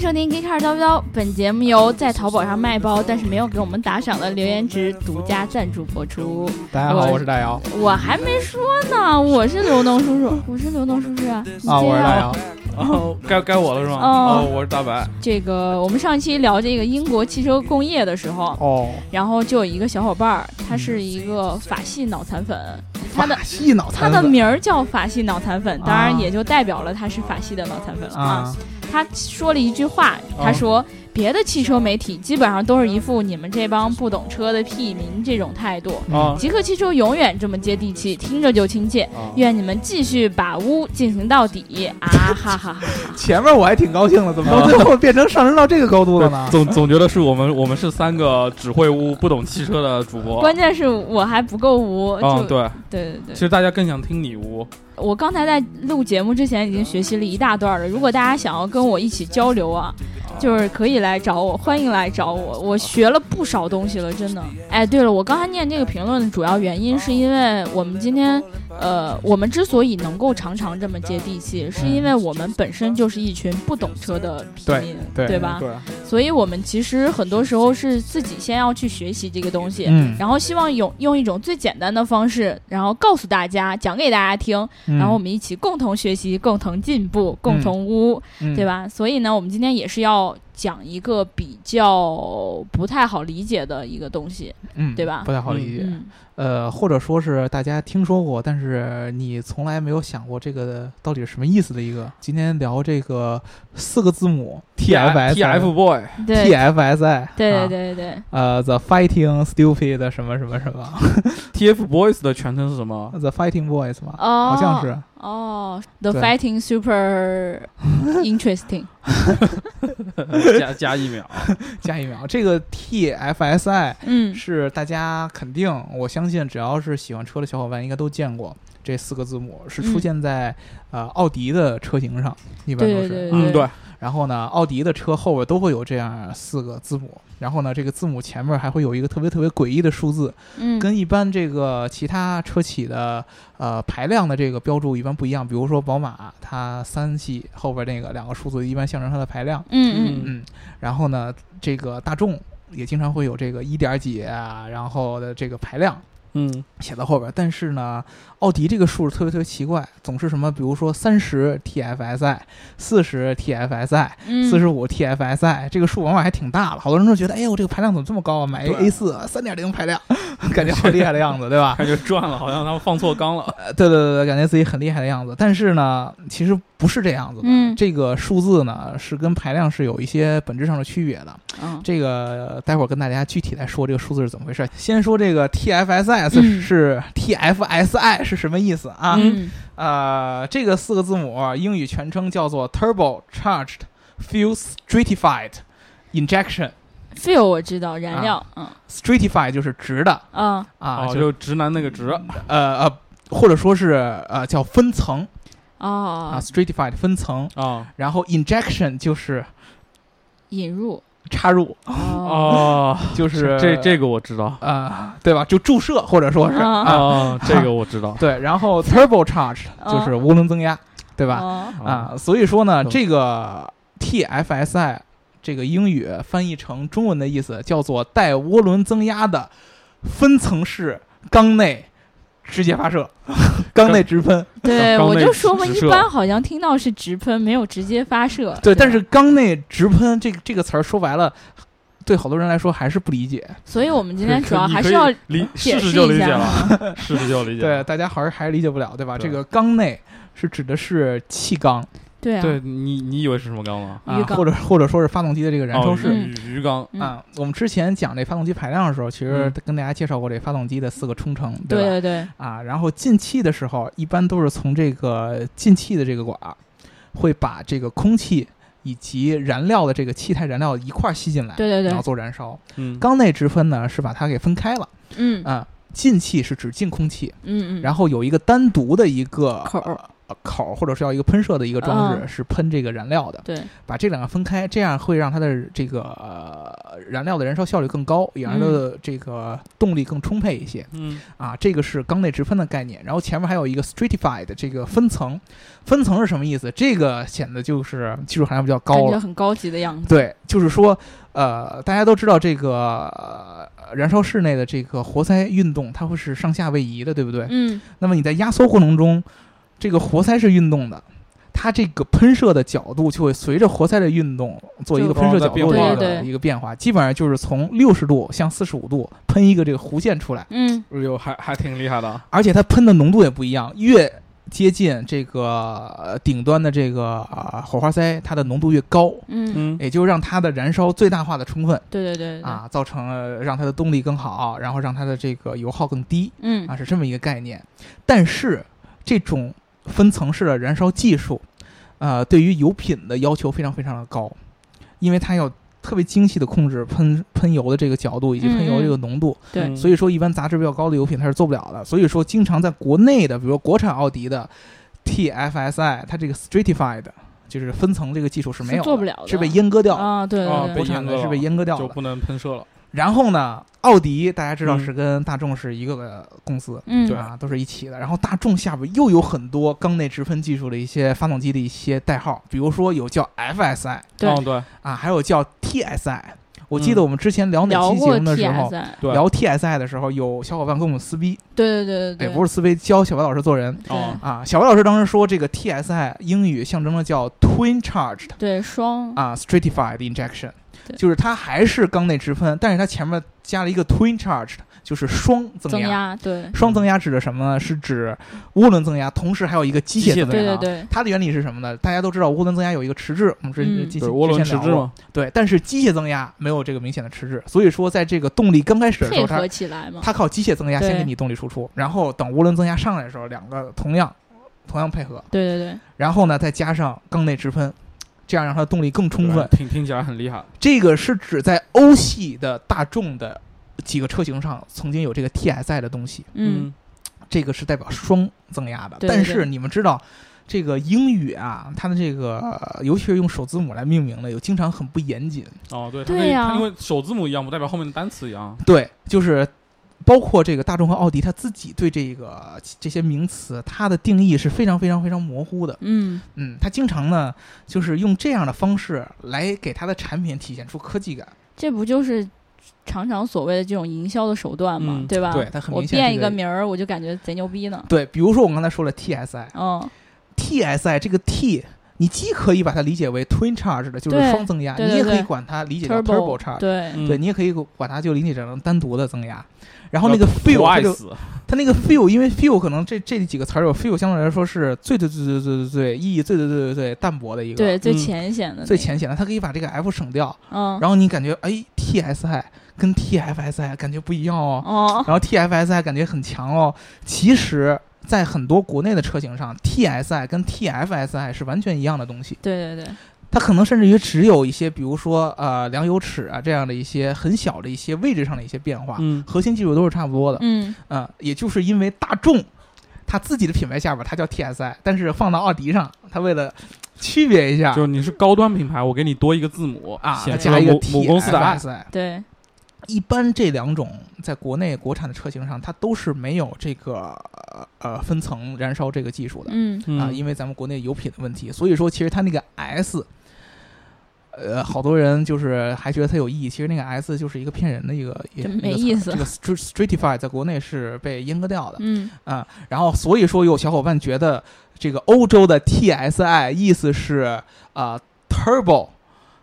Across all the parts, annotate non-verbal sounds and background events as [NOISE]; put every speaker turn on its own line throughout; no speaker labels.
收听《g 卡 i 叨不叨》，本节目由在淘宝上卖包但是没有给我们打赏的留言值独家赞助播出。
大家好，啊
我
我是大姚
我还没说呢，我是流动叔叔， [LAUGHS] 我是流动叔叔啊。你
啊，
这
我是大
样
姚，
哦，该该我了是吗？
哦
哦，我是大白。
这个我们上期聊这个英国汽车工业的时候，
哦，
然后就有一个小伙伴儿，他是一个法系脑残粉，他的
法系脑
他
残
的
粉
名儿叫法系脑残粉，
啊
当然也就代表了他是法系的脑残粉了啊。
啊，
他说了一句话，他说。别的汽车媒体基本上都是一副你们这帮不懂车的屁民这种态度，
啊
极客汽车永远这么接地气，听着就亲切。
啊
愿你们继续把污进行到底啊！哈哈哈！
前面我还挺高兴的，怎么到最后变成上升到这个高度了呢？
总总觉得是我们，我们是三个只会污不懂汽车的主播。
关键是我还不够污，就
嗯，对，
对对对
其。实大家更想听你污。
我刚才在录节目之前已经学习了一大段了。如果大家想要跟我一起交流啊，就是可以来找我，欢迎来找我。我学了不少东西了，真的。哎，对了，我刚才念这个评论的主要原因是因为我们今天，呃，我们之所以能够常常这么接地气，是因为我们本身就是一群不懂车的平民，
对嗯
吧？
对，
所以我们其实很多时候是自己先要去学习这个东西。
嗯，
然后希望用用一种最简单的方式，然后告诉大家，讲给大家听，
嗯
然后我们一起共同学习、共同进步、共同污，
嗯
对？吧？所以呢，我们今天也是要讲一个比较不太好理解的一个东西，
嗯，
对吧
不太好理解，
嗯，
呃，或者说是大家听说过，但是你从来没有想过这个到底是什么意思的一个。今天聊这个四个字母
T F 啊
TFS。
Boy，
对，对
TFSI，
对对
啊，
对对，
呃，The Fighting Stupid 什么什么什么 [LAUGHS]
T F Boys 的全称是什么？
，The Fighting Boys 嘛，
哦，
好像是，
哦，The
对
fighting
[LAUGHS]
super interesting，嗯
加加一秒。
加一秒。这个 TFSI
嗯
是大家肯定，我相信只要是喜欢车的小伙伴应该都见过这四个字母，是出现在、呃奥迪的车型上，一般都是。
对
嗯，对，
然后呢，奥迪的车后边都会有这样四个字母，然后呢，这个字母前面还会有一个特别特别诡异的数字，
嗯，
跟一般这个其他车企的呃排量的这个标注一般不一样。比如说宝马，它三系后边那个两个数字一般象征它的排量。
嗯嗯
嗯，然后呢，这个大众也经常会有这个一点儿几啊，然后的这个排量
嗯，
写到后边儿。但是呢，奥迪这个数特别特别奇怪，总是什么，比如说三十 TFSI、四十 TFSI、
嗯，
四十五 TFSI，这个数往往还挺大了。好多人都觉得，哎呦，这个排量怎么这么高啊？买一个 A
对
四三点零排量， [LAUGHS] 感觉好厉害的样子，对吧？
感觉赚了，好像他们放错缸了。
[LAUGHS] 呃对对对对，感觉自己很厉害的样子。但是呢，其实不是这样子的。
嗯
这个数字呢，是跟排量是有一些本质上的区别的。
嗯，
这个待会儿跟大家具体来说这个数字是怎么回事。先说这个 TFSS
嗯
是是 TFSI 是什么意思啊？
嗯
呃，这个四个字母英语全称叫做 Turbo Charged Fuel Stratified Injection。
，fuel 我知道，燃料，
啊
嗯
Stratified 就是直的
嗯
啊，
哦，
就
就直男那个直。
呃呃，或者说是呃叫分层啊
哦，
，Stratified 分层。
啊
然后 injection 就是
引入
插入，
哦
哦，
就是
这这个我知道。
啊、对吧？就注射或者说是
啊
啊、
哦，这个我知道。
[LAUGHS] 对，然后
[LAUGHS]
turbo charge
嗯
就是涡轮增压，对吧？
吧？
啊，所以说呢，
嗯
这个 TFSI 这个英语翻译成中文的意思叫做带涡轮增压的分层式缸内直接发射，
[LAUGHS]
缸内
[LAUGHS]
直喷。
对，
缸
我
内
就说嘛，
直
一
射
般好像听到是直喷，没有直接发射。啊
对，
吧
但是缸内直喷这个这个词儿说白了，对好多人来说还是不理解。
所以我们今
可以
天主要
可以
还
可
是
以
要
理
解
试
释
试就
一
理解
下
了，试试就理解
对，
了。
大家好像还是理解不了，对吧？
对
这个缸内是指的是气缸
对啊，
对你你以为是什么缸吗？
啊
浴，缸
或者或者说是发动机的这个燃
哦
烧
鱼
室。
鱼鱼缸。
嗯
啊，我们之前讲这发动机排量的时候，其实跟大家介绍过这发动机的四个冲程，吧？
对对对，
啊，然后进气的时候，一般都是从这个进气的这个管儿，会把这个空气以及燃料的这个气态燃料一块儿吸进来，
对对对
然后做燃烧。
嗯，
缸内直喷呢，是把它给分开了
嗯
啊。进气是指进空气，
嗯嗯，
然后有一个单独的一个
口儿
呃口儿或者是要一个喷射的一个装置，
嗯
是喷这个燃料的。
对，
把这两个分开，这样会让它的这个、呃、燃料的燃烧效率更高，也让它的
嗯
这个动力更充沛一些。
嗯
啊，这个是缸内直喷的概念。然后前面还有一个 stratified 的这个分层，分层是什么意思？这个显得就是技术含量比较
感
高
觉
了。
很高级的样子。
对，就是说，呃，大家都知道这个、呃燃烧室内的这个活塞运动，它会是上下位移的，对不对？
嗯，
那么你在压缩过程中，这个活塞是运动的，它这个喷射的角度就会随着活塞的运动做一个喷射角度
对
的
对
一个变化，基本上就是从六十度向四十五度喷一个这个弧线出来，
嗯，
哎
有还还挺厉害的啊，
而且它喷的浓度也不一样，越接近这个呃顶端的这个啊火花塞，它的浓度越高，
嗯，
嗯，
也就让它的燃烧最大化的充分
对对对对，
啊，造成了让它的动力更好，然后让它的这个油耗更低。
嗯
啊，是这么一个概念。但是这种分层式的燃烧技术，呃，对于油品的要求非常非常的高，因为它要特别精细的控制喷喷油的这个角度以及喷油这个浓度，
对
嗯
所以说一般杂质比较高的油品它是做不了的。所以说，经常在国内的，比如说国产奥迪的 TFSI，它这个 stratified 就是分层这个技术是没
是
有
做不了的
是被阉割掉的。
啊，对
啊
对对
国
被，
产
阉
的
割
是被
了
阉割掉
就
的。
不能喷射了。
然后呢，奥迪大家知道
嗯
是跟大众是一个个公司，
嗯，
对啊，都是一起的。然后大众下边又有很多缸内直喷技术的一些发动机的一些代号，比如说有叫 FSI
对
嗯对
啊，还有叫 TSI。我记得
嗯
我们之前聊哪
聊
期
过
节目的时候，
TSI，
对
聊 TSI 的时候，有小伙伴跟我们撕逼，
对对对对对，
也哎不是撕逼，教小白老师做人
对
哦
啊。小白老师当时说，这个 TSI 英语象征的叫 Twin Charged
对双
啊 Stratified Injection，
对
就是它还是缸内直喷，但是它前面加了一个 Twin Charged，就是双增
增
压。
压，对
双增压指的什么呢？是指涡轮增压，同时还有一个机械
机械
增
对
压。啊
对对，
它的原理是什么呢？大家都知道涡轮增压有一个迟滞，我们之
嗯
之
对，
前
涡轮迟
之前
滞
聊过
嘛，
对，但是机械增压没有这个明显的迟滞，所以说在这个动力刚开始的时
配
候，它
合起来嘛，
它靠机械增压
对
先给你动力输出，然后等涡轮增压上来的时候，两个同样同样配合，
对对
然后呢再加上缸内直喷，这样让它的动力更充分
对。听听起来很厉害。
这个是指在欧系的大众的几个车型上曾经有这个 TSI 的东西。
对，嗯，
这个是代表双增压的。
对对对
但是你们知道，这个英语啊，它的这个、呃尤其是用首字母来命名的，有经常很不严谨。
哦，对，
对
它那
呀
它因为首字母一样，不代表后面的单词一样。
对，就是包括这个大众和奥迪，它自己对这个这些名词它的定义是非常非常非常模糊的。
嗯，
嗯，它经常呢就是用这样的方式来给它的产品体现出科技感。
这不就是常常所谓的这种营销的手段嘛，
嗯
对吧？
对它很
啊我
明显是
变一
这
个
个
名儿，我就感觉贼牛逼呢。
对，比如说我刚才说了 TSI，
嗯，
TSI 这个 T，你既可以把它理解为 twin charge 的，就是
对
双增压，
对
你
对
也可以
对
管它理解叫
turbo
turbo charge，
对，
嗯
对，你也可以管它就理解成单独的增压。然后那个
不
fuel，它
爱
就啊
死，
它那个 fuel，因为 fuel 可能这这几个词儿有 fuel 相对来说是最最最最最最最意义最最最最最淡薄的一个，
对，最
嗯
浅显的那个，
最浅显的，它可以把这个 f 省掉，
嗯，
然后你感觉哎 TSI 跟 TFSI 感觉不一样哦，
[LAUGHS]
哦，
然后 TFSI 感觉很强哦，其实。在很多国内的车型上，TSI 跟 TFSI 是完全一样的东西，
对对对，
它可能甚至于只有一些，比如说呃量油尺啊这样的一些很小的一些位置上的一些变化，
嗯，
核心技术都是差不多的。
嗯，
嗯、也就是因为大众它自己的品牌下边它叫 TSI，但是放到奥迪上，它为了区别一下
就是你是高端品牌，我给你多一个字母
啊，它
显示
加一个哎啊
母母公司
[LAUGHS]
的 I。
TSI。
对，
一般这两种在国内国产的车型上，它都是没有这个呃呃分层燃烧这个技术的。
嗯，
嗯
啊，因为咱们国内油品的问题，所以说其实它那个 S，呃，好多人就是还觉得它有意义，其实那个 S 就是一个骗人的一个，一个
真
一个
没
词儿
意思 [LAUGHS]
这个 str- stratify 在国内是被阉割掉的，
嗯，
然后所以说有小伙伴觉得这个欧洲的 TSI 意思是啊、呃 turbo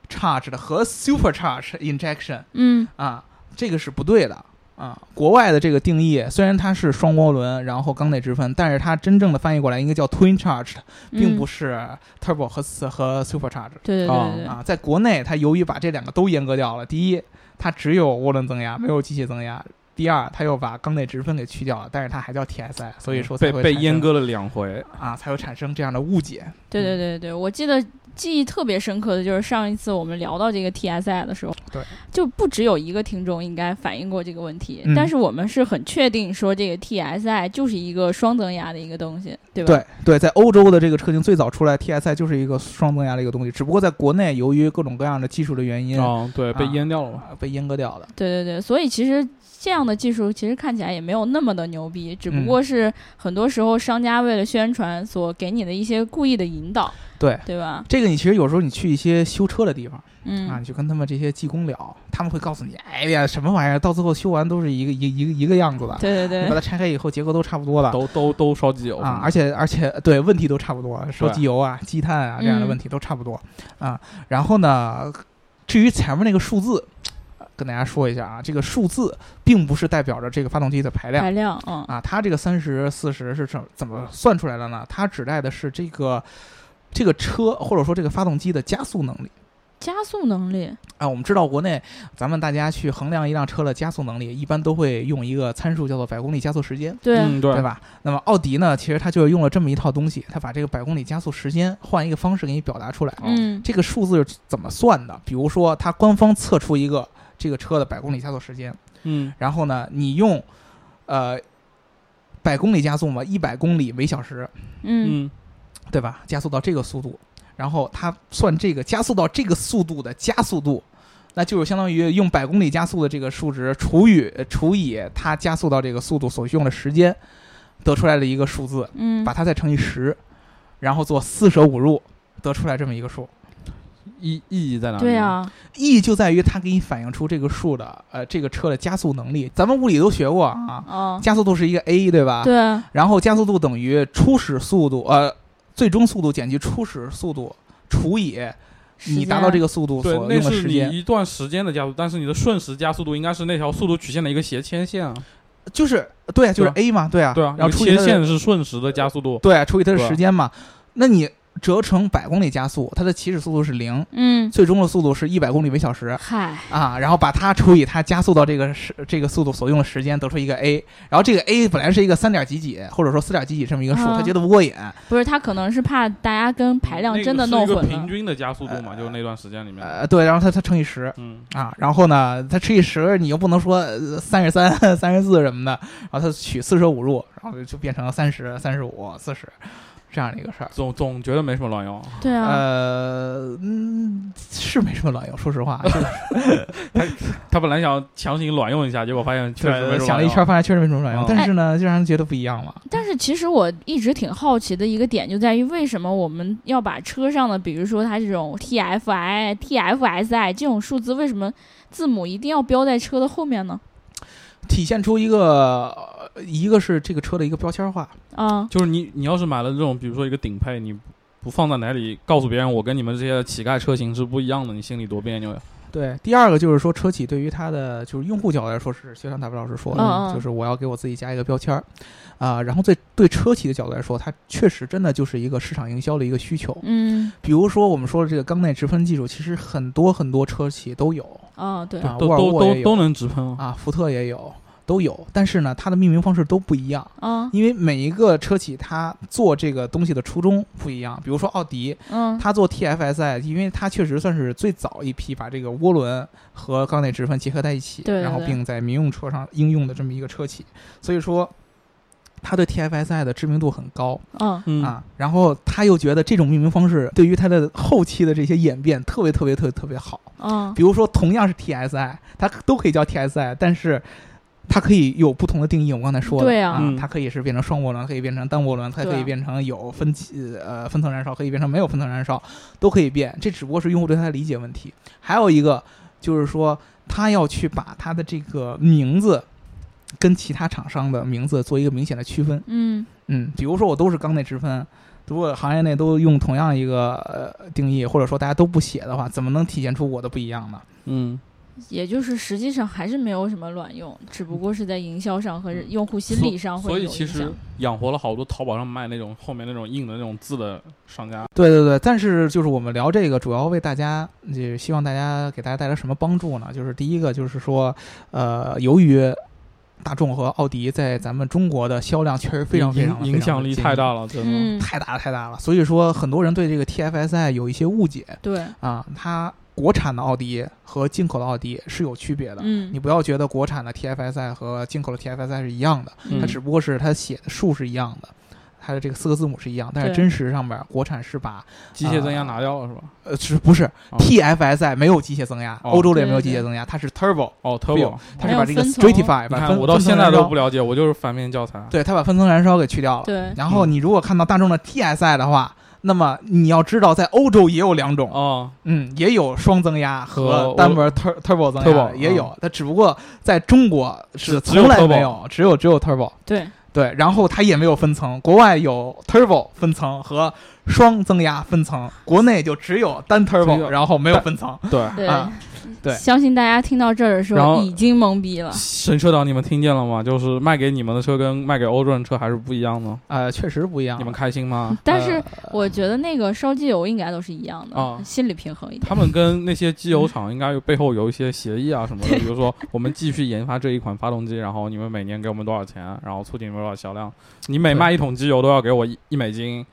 charge 的和 super charge injection
嗯，
啊，这个是不对的。啊，国外的这个定义虽然它是双涡轮，然后缸内直喷，但是它真正的翻译过来应该叫 twin charge 并不
是，
是 Turbo 和和 Supercharge
嗯对对
啊
对对对，
啊，在国内它由于把这两个都阉割掉了，第一，它只有涡轮增压，没有机械增压；第二，它又把缸内直喷给去掉了，但是它还叫 TSI，所以说才
嗯被
会
被
产生
阉割了两回，
啊，才会产生这样的误解。嗯
对对对对，我记得记忆特别深刻的就是上一次我们聊到这个 TSI 的时候，
对，
就不只有一个听众应该反映过这个问题，
嗯
但是我们是很确定说这个 TSI 就是一个双增压的一个东西，对吧？
对对，在欧洲的这个车型最早出来，TSI 就是一个双增压的一个东西，只不过在国内由于各种各样的技术的原因、
啊，对，被
啊
淹掉了嘛。
啊被阉割掉的。
对对对，所以其实这样的技术其实看起来也没有那么的牛逼，只不过是很多时候商家为了宣传所给你的一些故意的引导，
对
对吧？
这个你其实有时候你去一些修车的地方啊，
嗯，
你去跟他们这些技工聊，他们会告诉你，哎呀，什么玩意儿，到最后修完都是一个一个一个一个样子的，
对对
你把
对
它拆开以后结构都差不多了。
都都都烧机油
啊啊，而且而且对问题都差不多，烧机油啊、积碳啊这样的问题都差不多、啊。然后呢，至于前面那个数字，呃跟大家说一下啊，这个数字并不是代表着这个发动机的排量
排量，嗯
啊，它这个三十四十是怎怎么算出来的呢？它指代的是这个这个车或者说这个发动机的加速能力。
加速能力，
啊，我们知道国内咱们大家去衡量一辆车的加速能力，一般都会用一个参数叫做百公里加速时间。
对，
嗯，对
对？啊吧？那么奥迪呢，其实它就是用了这么一套东西，它把这个百公里加速时间换一个方式给你表达出来。
嗯
这个数字是怎么算的？比如说，它官方测出一个这个车的百公里加速时间，
嗯，
然后呢，你用呃百公里加速嘛，一百公里每小时，
嗯
嗯，
对吧？加速到这个速度，然后它算这个加速到这个速度的加速度。那就是相当于用百公里加速的这个数值除以除以它加速到这个速度所用的时间，得出来的一个数字。
嗯
把，它再乘以十，然后做四舍五入，得出来这么一个数。
意意义在哪里？
对啊，
意义就在于它给你反映出这个数的呃这个车的加速能力。咱们物理都学过啊，
嗯，
加速度是一个 a 对吧？。
对，啊
然后加速度等于初始速度呃最终速度减去初始速度除以你达到这
个，
个速度所
对，
用
那
的
是
时间，
你一段时间的加速，但是你的瞬时加速度应该是那条速度曲线的一个斜切线啊。
就是对啊，就是 a 嘛，对啊。
对啊，
然后
你
除以
切
它的
线是瞬时的加速度。
对啊除以它的
对吧
时间嘛，那你折成百公里加速，它的起始速度是零，
嗯，
最终的速度是一百公里每小时。
嗨，
啊，然后把它除以它加速到这个时这个速度所用的时间，得出一个 a。然后这个 a 本来是一个三点几几，或者说四点几几这么一个数，
啊
他觉得不过瘾，
不是他可能是怕大家跟排量
那个
真的
是
弄
一个
混
平
了，
均的加速度
哎
嘛，就是那段时间里面。
呃，对，然后他他乘以十
嗯，
啊，然后呢，他乘以十，你又不能说三十三、三十四什么的，然后他取四舍五入，然后就变成了三十三十五、四十这样的一个事儿。
总总觉得没什么卵用，
对啊，
呃，嗯，是没什么卵用，说实
[LAUGHS]
话，就是
他本来想强行卵用一下，结果发现确实没什么
想了一
卵用
圈，发现确实没什么卵用，
嗯
但是呢，就让人觉得不一样了。
但是其实我一直挺好奇的一个点就在于，为什么我们要把车上的，比如说它这种 TFI、TFSI 这种数字，为什么字母一定要标在车的后面呢？
体现出一个，呃一个是这个车的一个标签化，
啊，
就是你你要是买了这种，比如说一个顶配，你不放在哪里，告诉别人我跟你们这些乞丐车型是不一样的，你心里多别扭呀。
对，第二个就是说车企对于它的就是用户角度来说是，就像大白老师说的，
嗯嗯
就是我要给我自己加一个标签儿，啊、然后对对车企的角度来说，它确实真的就是一个市场营销的一个需求。
嗯，
比如说我们说的这个缸内直喷技术，其实很多很多车企都有
啊，对，
啊
都
沃尔
都
沃也
都
有
都能直喷啊。
啊，福特也有，都有，但是呢，它的命名方式都不一样。
啊，
因为每一个车企它做这个东西的初衷不一样，比如说奥迪，
嗯，
它做 TFSI，因为它确实算是最早一批把这个涡轮和缸内直喷结合在一起，
对对
然后
对
并在民用车上应用的这么一个车企，所以说它对 TFSI 的知名度很高、
嗯，
嗯，
啊。然后他又觉得这种命名方式对于它的后期的这些演变特别特别特别特别好，
嗯，
比如说同样是 TSI，它都可以叫 TSI，但是。它可以有不同的定义，我刚才说了
对啊
啊
嗯
它可以是变成双涡轮，可以变成单涡轮，它
对啊
可以变成有分歧呃分层燃烧，可以变成没有分层燃烧，都可以变。这只不过是用户对它的理解问题。还有一个就是说，他要去把它的这个名字跟其他厂商的名字做一个明显的区分。
嗯，
嗯，比如说我都是缸内直喷，如果行业内都用同样一个呃定义，或者说大家都不写的话，怎么能体现出我的不一样呢？
嗯，
也就是实际上还是没有什么卵用，只不过是在营销上和用户心理上
所
会有
所以
影
其实
响。
养活了好多淘宝上卖那种后面那种印的那种字的商家。
对对对，但是就是我们聊这个，主要为大家，也希望大家给大家带来什么帮助呢？就是第一个就是说，呃，由于大众和奥迪在咱们中国的销量确实非常非常
影影响力太大
了，
了，真的。
嗯，
太大了太大了，所以说很多人对这个 TFSI 有一些误解
对，
啊，它国产的奥迪和进口的奥迪是有区别的。
嗯
你不要觉得国产的 TFSI 和进口的 TFSI 是一样的，
嗯
它只不过是它写的数是一样的，它的这个四个字母是一样，但是
对
真实上面国产是把
机械增压拿掉了是吧？
呃是不是
哦
TFSI 没有机械增压，
哦
欧洲的也没有
对
机
对
械增压，它是 Turbo，
哦
没有
，Turbo，
它是把这个
还有分层
Stratify
你
把
看
分
我到
分层
现在
燃
都
烧
不了解，我就是反面教材。啊
对，它把分层燃烧给去掉了。
对，
然后你如果看到大众的 TSI 的话，那么你要知道，在欧洲也有两种， [LAUGHS]
哦，
嗯，也有双增压和
和
单门 tur turbo 增压
turbo，
也有
嗯，
它只不过在中国是
只只有
从来
turbo
没有，只有只有 turbo。
对，
对，然后它也没有分层，国外有 turbo 分层和双增压分层，国内就只有单
只
turbo，
有
然后没有分层。
对，
对、
啊对
相信大家听到这儿的时
然
候
后
已经懵逼了。
神车党你们听见了吗？就是卖给你们的车跟卖给欧洲人车还是不一样的，
呃，确实不一样。
你们开心吗？
但是
呃
我觉得那个烧机油应该都是一样的，
啊
心理平衡一点。
他们跟那些机油厂应该有背后有一些协议啊什么的，比如说我们继续研发这一款发动机，然后你们每年给我们多少钱，然后促进多少销量，你每
对
卖一桶机油都要给我一一美金，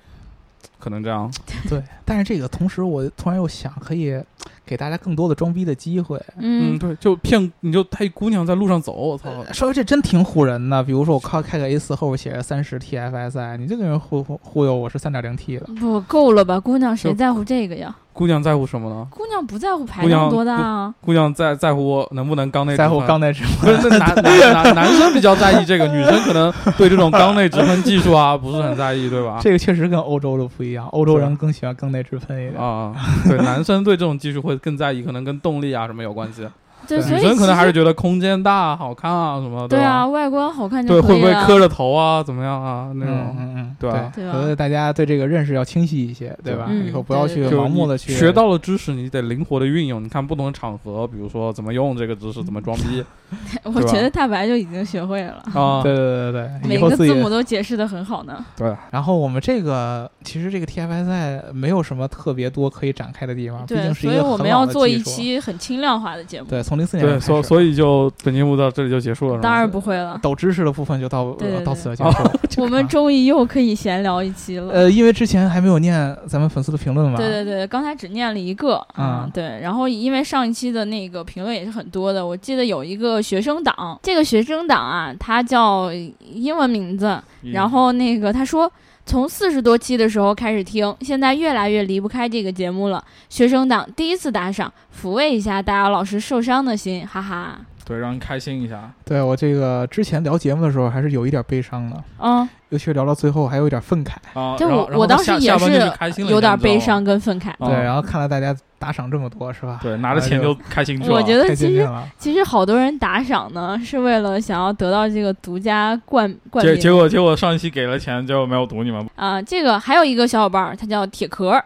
可能这样。
对，但是这个同时我突然又想，可以给大家更多的装逼的机会。
嗯，
对，就骗你就带一姑娘在路上走，我操，
稍微这真挺唬人的。比如说我开开个 A 四，后边写着三十 TFSI，你这个人忽忽忽悠我是三点零 T 的。
不够了吧，姑娘，谁
就
在乎这个呀？
姑娘在乎什么呢？
姑娘不在乎排
姑娘
量多大啊，
姑娘在在乎我能不能缸内
在乎
缸。
刚才是
不是，那男 [LAUGHS] 男男男生比较在意这个，女生可能对这种缸内直喷技术啊不是很在意，对吧？
这个确实跟欧洲的不一样，欧洲人更喜欢更内直喷一点。
啊，对，男生对这种技术会更在意，可能跟动力啊什么有关系。
对，所
女
以
生可能还是
其实
觉得空间大、好看啊什么，
对啊，
吧？
外观好看就
对，
可
会
以
不会
了。
磕着头啊？怎么样啊？
嗯
那种
嗯嗯，
对啊吧
对吧啊
我觉得大家对这个认识要清晰一些，对吧？
嗯
以后不要去
对
就
盲目的去
你学。到了知识，你得灵活的运用。你看不同的场合，比如说怎么用这个知识，怎么
[LAUGHS]
装逼
[LAUGHS] 我
对吧
觉得大白就已经学会了，
啊？
对对对对对，
每
哎以后
个
自
字
己。
母都解释的很好呢。
对，
然后我们这个其实这个 TFSI 没有什么特别多可以展开的地方，啊毕
对，
竟是一
所
个
以我
很
们
老
要
的
做一
技术。啊
期很轻量化的节目。
对，从零四年
对，所
以
所以就本节目到这里就结束了，是吗
当然不会 [LAUGHS]
[LAUGHS]
了，
抖知识的部分就到呃
对对对
到此要结束。啊
我们终于又可以闲聊一期了。
呃，因为之前还没有念咱们粉丝的评论嘛，
对对对，刚才只念了一个啊、
嗯
对。然后因为上一期的那个评论也是很多的，我记得有一个学生党，这个学生党啊，他叫英文名字，
嗯
然后那个他说。从四十多期的时候开始听，现在越来越离不开这个节目了。学生党第一次打赏，抚慰一下大姚老师受伤的心，哈哈。
对，让人开心一下。
对我这个之前聊节目的时候还是有一点悲伤的，
嗯，
尤其是聊到最后还有一点愤慨。
啊，
对
然后
我
然后
我当时
下
也
下班就是开心了一下
有点
你知道
悲
吗
伤跟愤慨。
哦
对，然后看到大家打赏这么多，是吧？
对，拿着钱就开心去了。
我觉
哎
得
呦太
其
见
实
面了。
其实好多人打赏呢，是为了想要得到这个独家冠冠
结
名。
结果结果上一期给了钱，结果没有读你们
啊、这个还有一个小伙伴儿，他叫铁壳儿，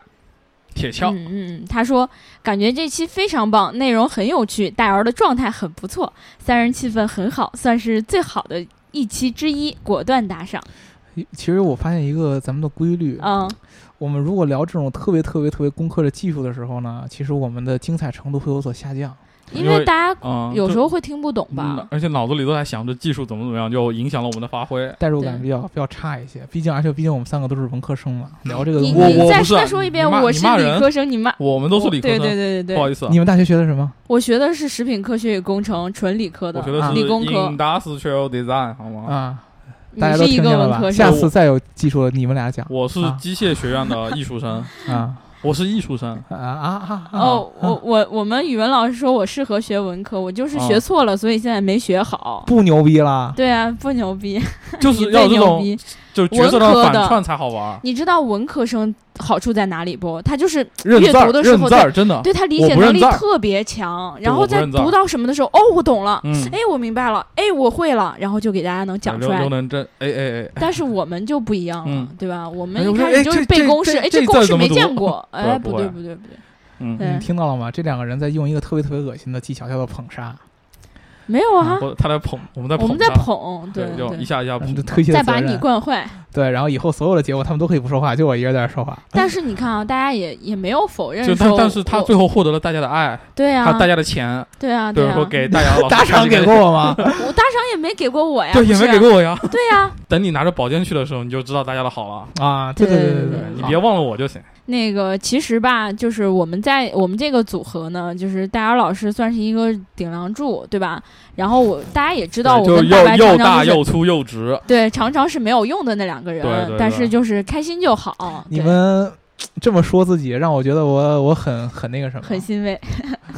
铁锹。
嗯嗯，他说感觉这期非常棒，内容很有趣，大姚的状态很不错，三人气氛很好，算是最好的一期之一，果断打赏。
其实我发现一个咱们的规律，
嗯，
我们如果聊这种特别特别特别攻克的技术的时候呢，其实我们的精彩程度会有所下降。
因
因
为
为
大家
嗯，
有
就
时候会听不懂
嗯
吧？
而且脑子里都在想着技术怎么怎么样，就影响了我们的发挥。
代入感
对
比较比较差一些，毕竟而且毕竟我们三个都是文科生嘛，聊这个
你
东
我
你
我
西。
再
不是啊
再说一遍，
你骂
我
你
是
骂
理
人
科生，你
[LAUGHS]
骂。
我们都是理科
哦对
生，
对对对
不好
对，
意思啊，
你们大学学的什么？
我学的是食品科学与工程，纯理科的，
我觉得
啊
是
理工科。嗯
industrial design 好吗？
啊，
你
大家都
是一
听
个
见了
文科生，
吧？下次再有技术的，你们俩讲
我是机械学院的艺
[LAUGHS]
术生，
啊。
我是艺术生。
啊啊啊！
[LAUGHS]
哦，
啊
我我我们语文老师说我适合学文科，我就是学
哦
错了，所以现在没学好。
不牛逼
[LAUGHS]
啦！
对啊，不牛逼，
就是
你
要
最
有这
牛
种
逼。
就是角色上
文科
反
的
串才好玩。
你知道文科生好处在哪里不？他就是
认
阅
字儿，
读的时
认
候
字
在，
儿，真的。
对他理
啊我
解
不
能
认
力
字儿
特别强，
对
然后
我不
在
认字儿
读到什么的时候，哦，我懂了，
嗯，
哎，我明白了，哎，我会了，然后就给大家能讲出
刘刘
来。
能真，哎哎哎，
但是我们就不一样了
嗯，
对吧？我
哎
们
我
一
说
开始
哎
就是
这
背
这
公式，
这
哎，
这字
公
儿
式
怎么
没
读 [LAUGHS]
见过，哎，
不
不
会
对不对不对，
嗯，
对
你听到了吗？这两个人在用一个特别特别恶心的技巧，叫做捧杀，
没有啊，
我他在捧，我嗯们在捧
我
他，
们在捧，对
就一
对，
下一下
然
捧
后嗯就。推卸
再
责
把你
任。
惯
[LAUGHS]
坏。
对，然后以后所有的节目他们都可以不说话，就我一个人在这说话。
但是你看啊，大家也也没有否认
就
说，
但但是他
我
最后获得了大家的爱，
对啊
他，大家的钱，
对啊，
比
对
如
啊，
说给大家
[LAUGHS] 打赏给过我
[LAUGHS]
吗？
我大赏也没给过我呀，
对，
不
也
是啊
啊
没给，过我呀。 [LAUGHS]
对呀、
等你拿着宝剑去的时候，你就知道大家的好了。
啊，对对
对对
对
对
你别忘了我就行。
那个其实吧，就是我们在我们这个组合呢，就是戴尔老师算是一个顶梁柱，对吧？然后我大家也知道，我
对
跟大白
哎就是又又
常
大
常就是
又粗又直，
对常常是没有用的那两个人，
对对对
但是就是开心就好。
你
对
们这么说自己，让我觉得我我很很那个什么，
很欣慰，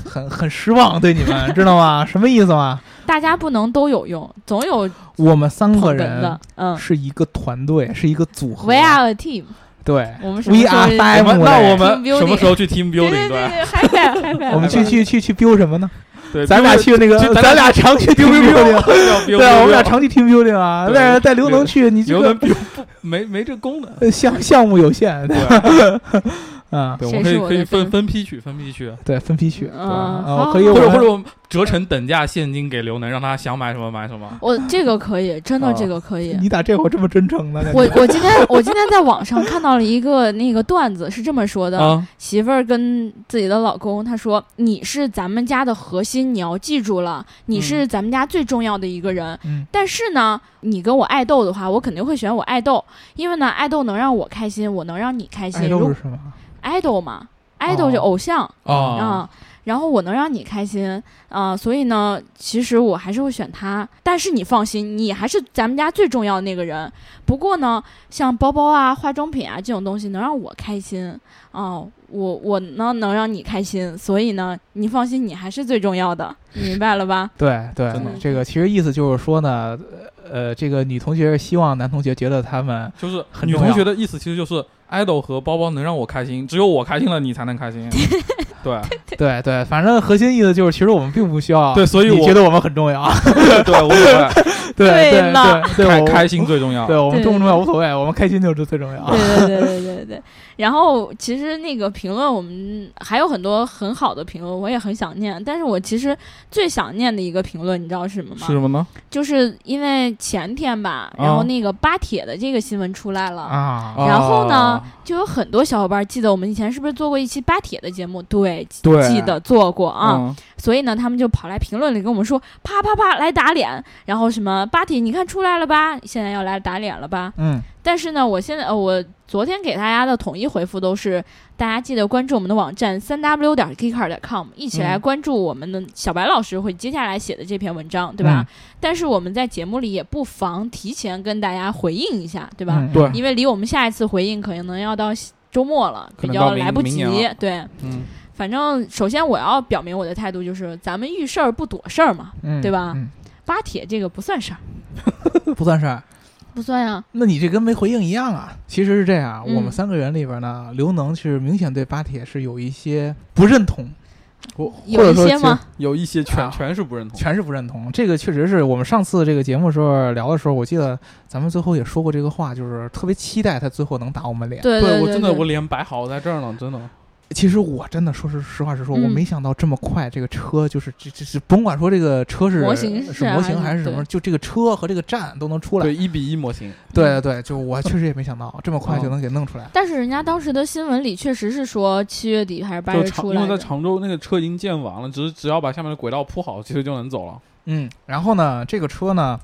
很很失望，对你们知道吗？什么意思吗？
大家不能都有用，总有
我们三
捧
个
哏
人
的。嗯
是一个团队，是一个组合。
，We are a team，
对
我们什么
We
时候
are
是
five
我们哎那我们
Team building
什么时候去
[LAUGHS]
team
对
building？
对对对，嗨嗨嗨嗨，
我们去去去去 build 什么呢？
对，
咱俩去那个
去，
咱
咱俩
俩常去 team building。
[LAUGHS] 对
对啊，我们俩常去 team building 啊。
对
但是带刘能去，你这
刘能
个
不没没这功能。
呃项项目有限
对
[LAUGHS]
啊，
啊。
对，我
谁
们可
是
以
我
可以
的
分
队
分批取，分批取，
对，分批去。
嗯，
啊
好
可以
好
我
或
好
们
者或者我们折成等价现金给刘能，让他想买什么买什么。
我这个可以，真的
啊
这个可以。
你咋这会儿这么真诚呢？感觉
我我今天我今天在网上看到了一个那个段子，是这么说的：
啊，
媳妇儿跟自己的老公，她说：“你是咱们家的核心，你要记住了，你是咱们家最重要的一个人。
嗯
但是呢，你跟我爱豆的话，我肯定会选我爱豆，因为呢，爱豆能让我开心，我能让你开心。
爱
如
豆
果
是什么？
爱豆嘛，爱豆就
哦
偶像
哦
啊、然后我能让你开心啊、所以呢，其实我还是会选他。但是你放心，你还是咱们家最重要的那个人。不过呢，像包包啊、化妆品啊这种东西能让我开心啊、我我呢能让你开心，所以呢，你放心，你还是最重要的，你明白了吧？
对对
真的，
这个其实意思就是说呢，呃，这个女同学希望男同学觉得他们
就是
很
女
重
同
要
学的意思，其实就是爱豆和包包能让我开心，只有我开心了，你才能开心。
[LAUGHS]
对啊
对对，反正核心意思就是，其实我们并不需要
对，所以
你
我
觉得我们很 [LAUGHS] 重要，
对无所谓，
对
对
对
了
[LAUGHS] 对，
开
我
开心最重要。
对我们
对
重不重要无所谓，我们开心就是最重要
对。对对对对对。然后其实那个评论，我们还有很多很好的评论，我也很想念。但是我其实最想念的一个评论，你知道是什么吗？
是什么呢？
就是因为前天吧，
啊
然后那个巴铁的这个新闻出来了，
啊，
然后呢
哦？
就有很多小伙伴记得我们以前是不是做过一期巴铁的节目？对，
对
记得做过啊。
嗯，
所以呢，他们就跑来评论里跟我们说，啪啪啪来打脸，然后什么巴铁你看出来了吧，现在要来打脸了吧？
嗯，
但是呢，我现在呃我昨天给大家的统一回复都是，大家记得关注我们的网站三 w 点 geeker 点 com，一起来
嗯
关注我们的小白老师会接下来写的这篇文章，对
嗯
吧？但是我们在节目里也不妨提前跟大家回应一下，对
对
吧？
对
因为离我们下一次回应可能要到周末了，
可
比
能
较
到明
来不
明
及
年了。
对，
嗯，
反正首先我要表明我的态度就是，咱们遇事儿不躲事儿嘛。
嗯，
对吧
嗯
巴铁这个不算事儿，
不算事儿。
不算啊呀、
那你这跟没回应一样啊！其实是这样，
嗯
我们三个人里边呢，刘能是明显对巴铁是有一些不认同，我或
有
者
一
说
些
其
吗？
有一些全
啊
全是不认同。
全是不认同。这个确实是我们上次这个节目时候聊的时候，我记得咱们最后也说过这个话，就是特别期待他最后能打我们脸。
对对，
我真的
对
我脸摆好在这儿呢，真的。
其实我真的说是实话实说，
嗯
我没想到这么快，这个车就是这这这，甭管说这个车是
模型
是
是啊
模型
还是
还是什么，就这个车和这个站都能出来。
对，一比一模型。
对对对，就我确实也没想到这么快
哦
就能给弄出来。
但是人家当时的新闻里确实是说七月底还是八
就
月
常
初
因
来
为在
着。
常州那个车已经建完了，只是只要把下面的轨道铺好，其实就能走了。
嗯，然后呢，这个车呢，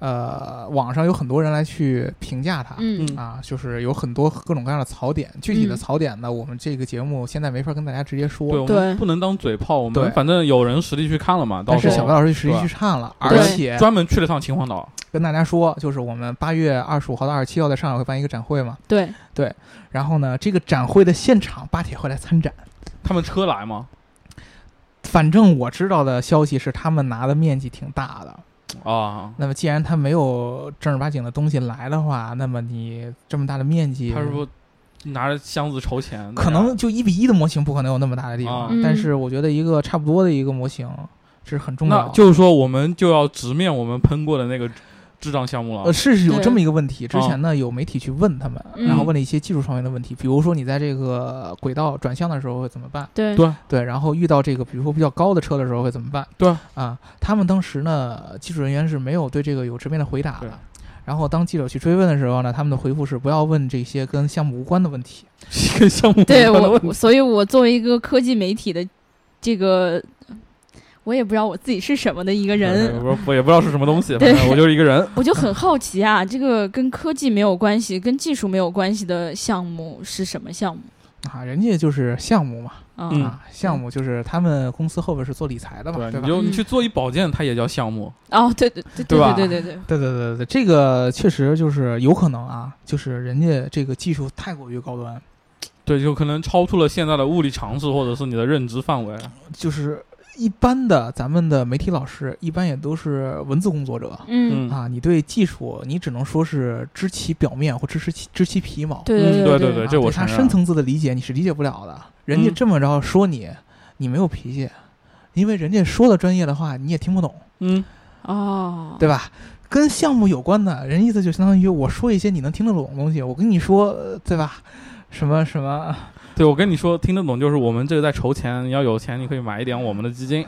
呃，网上有很多人来去评价它。
嗯
啊，就是有很多各种各样的槽点，具体的
嗯
槽点呢，我们这个节目现在没法跟大家直接说。
对，我
对
们不能当嘴炮，我
对
们反正有人实地去看了嘛，到
但
时
是小白
候
老师实际
对
去看了，
对
而且
专门去了趟秦皇岛。
跟大家说，就是我们八月二十五号到二十七号在上海会办一个展会嘛，
对，
然后呢，这个展会的现场巴铁会来参展。
他们车来吗？
反正我知道的消息是，他们拿的面积挺大的。
啊，
那么，既然他没有正儿八经的东西来的话，那么你这么大的面积，
嗯
他是不是拿着箱子筹钱？
可能就一比一的模型不可能有那么大的地方，
啊
嗯
但是我觉得一个差不多的一个模型这是很重要
那
的。
就是说，我们就要直面我们喷过的那个智障项目了 [LAUGHS]
呃，。是有
对
这么一个问题。之前呢，有媒体去问他们，
嗯
然后问了一些技术方面的问题，比如说你在这个轨道转向的时候会怎么办？
对
对
对，然后遇到这个比如说比较高的车的时候会怎么办？
对
啊，他们当时呢，技术人员是没有对这个有直面的回答
对
的。然后当记者去追问的时候呢，他们的回复是不要问这些跟项目无关的问题。
这个项目
对
不可能
我，我所以我作为一个科技媒体的这个，我也不知道我自己是什么的一个人，
我我也不知道是什么东西，
对
反正我就是一个人。
我就很好奇啊，这个跟科技没有关系、跟技术没有关系的项目是什么项目？
啊，人家就是项目嘛，
嗯
啊
啊，项目就是他们公司后边是做理财的嘛，
对，啊
对
你
吧？
就你
嗯
去做一保健，它也叫项目，
哦，对对对
对吧
对对对对，
对对对对，这个确实就是有可能啊，就是人家这个技术太过于高端，
对，就可能超出了现在的物理常识或者是你的认知范围。啊
就是一般的咱们的媒体老师一般也都是文字工作者。
嗯，
嗯，
啊，你对技术，你只能说是知其表面或知其知其皮毛，
对
嗯
对
对对
啊
这我
对他
承认
深层次的理解你是理解不了的。人家
嗯
这么着说你，你没有脾气，因为人家说的专业的话你也听不懂，
嗯，
哦，
对吧？跟项目有关的人意思就相当于我说一些你能听得懂的东西，我跟你说，呃对吧？ [LAUGHS] 什么什么，
对，我跟你说，听得懂就是我们这个在筹钱，你要有钱，你可以买一点我们的基金。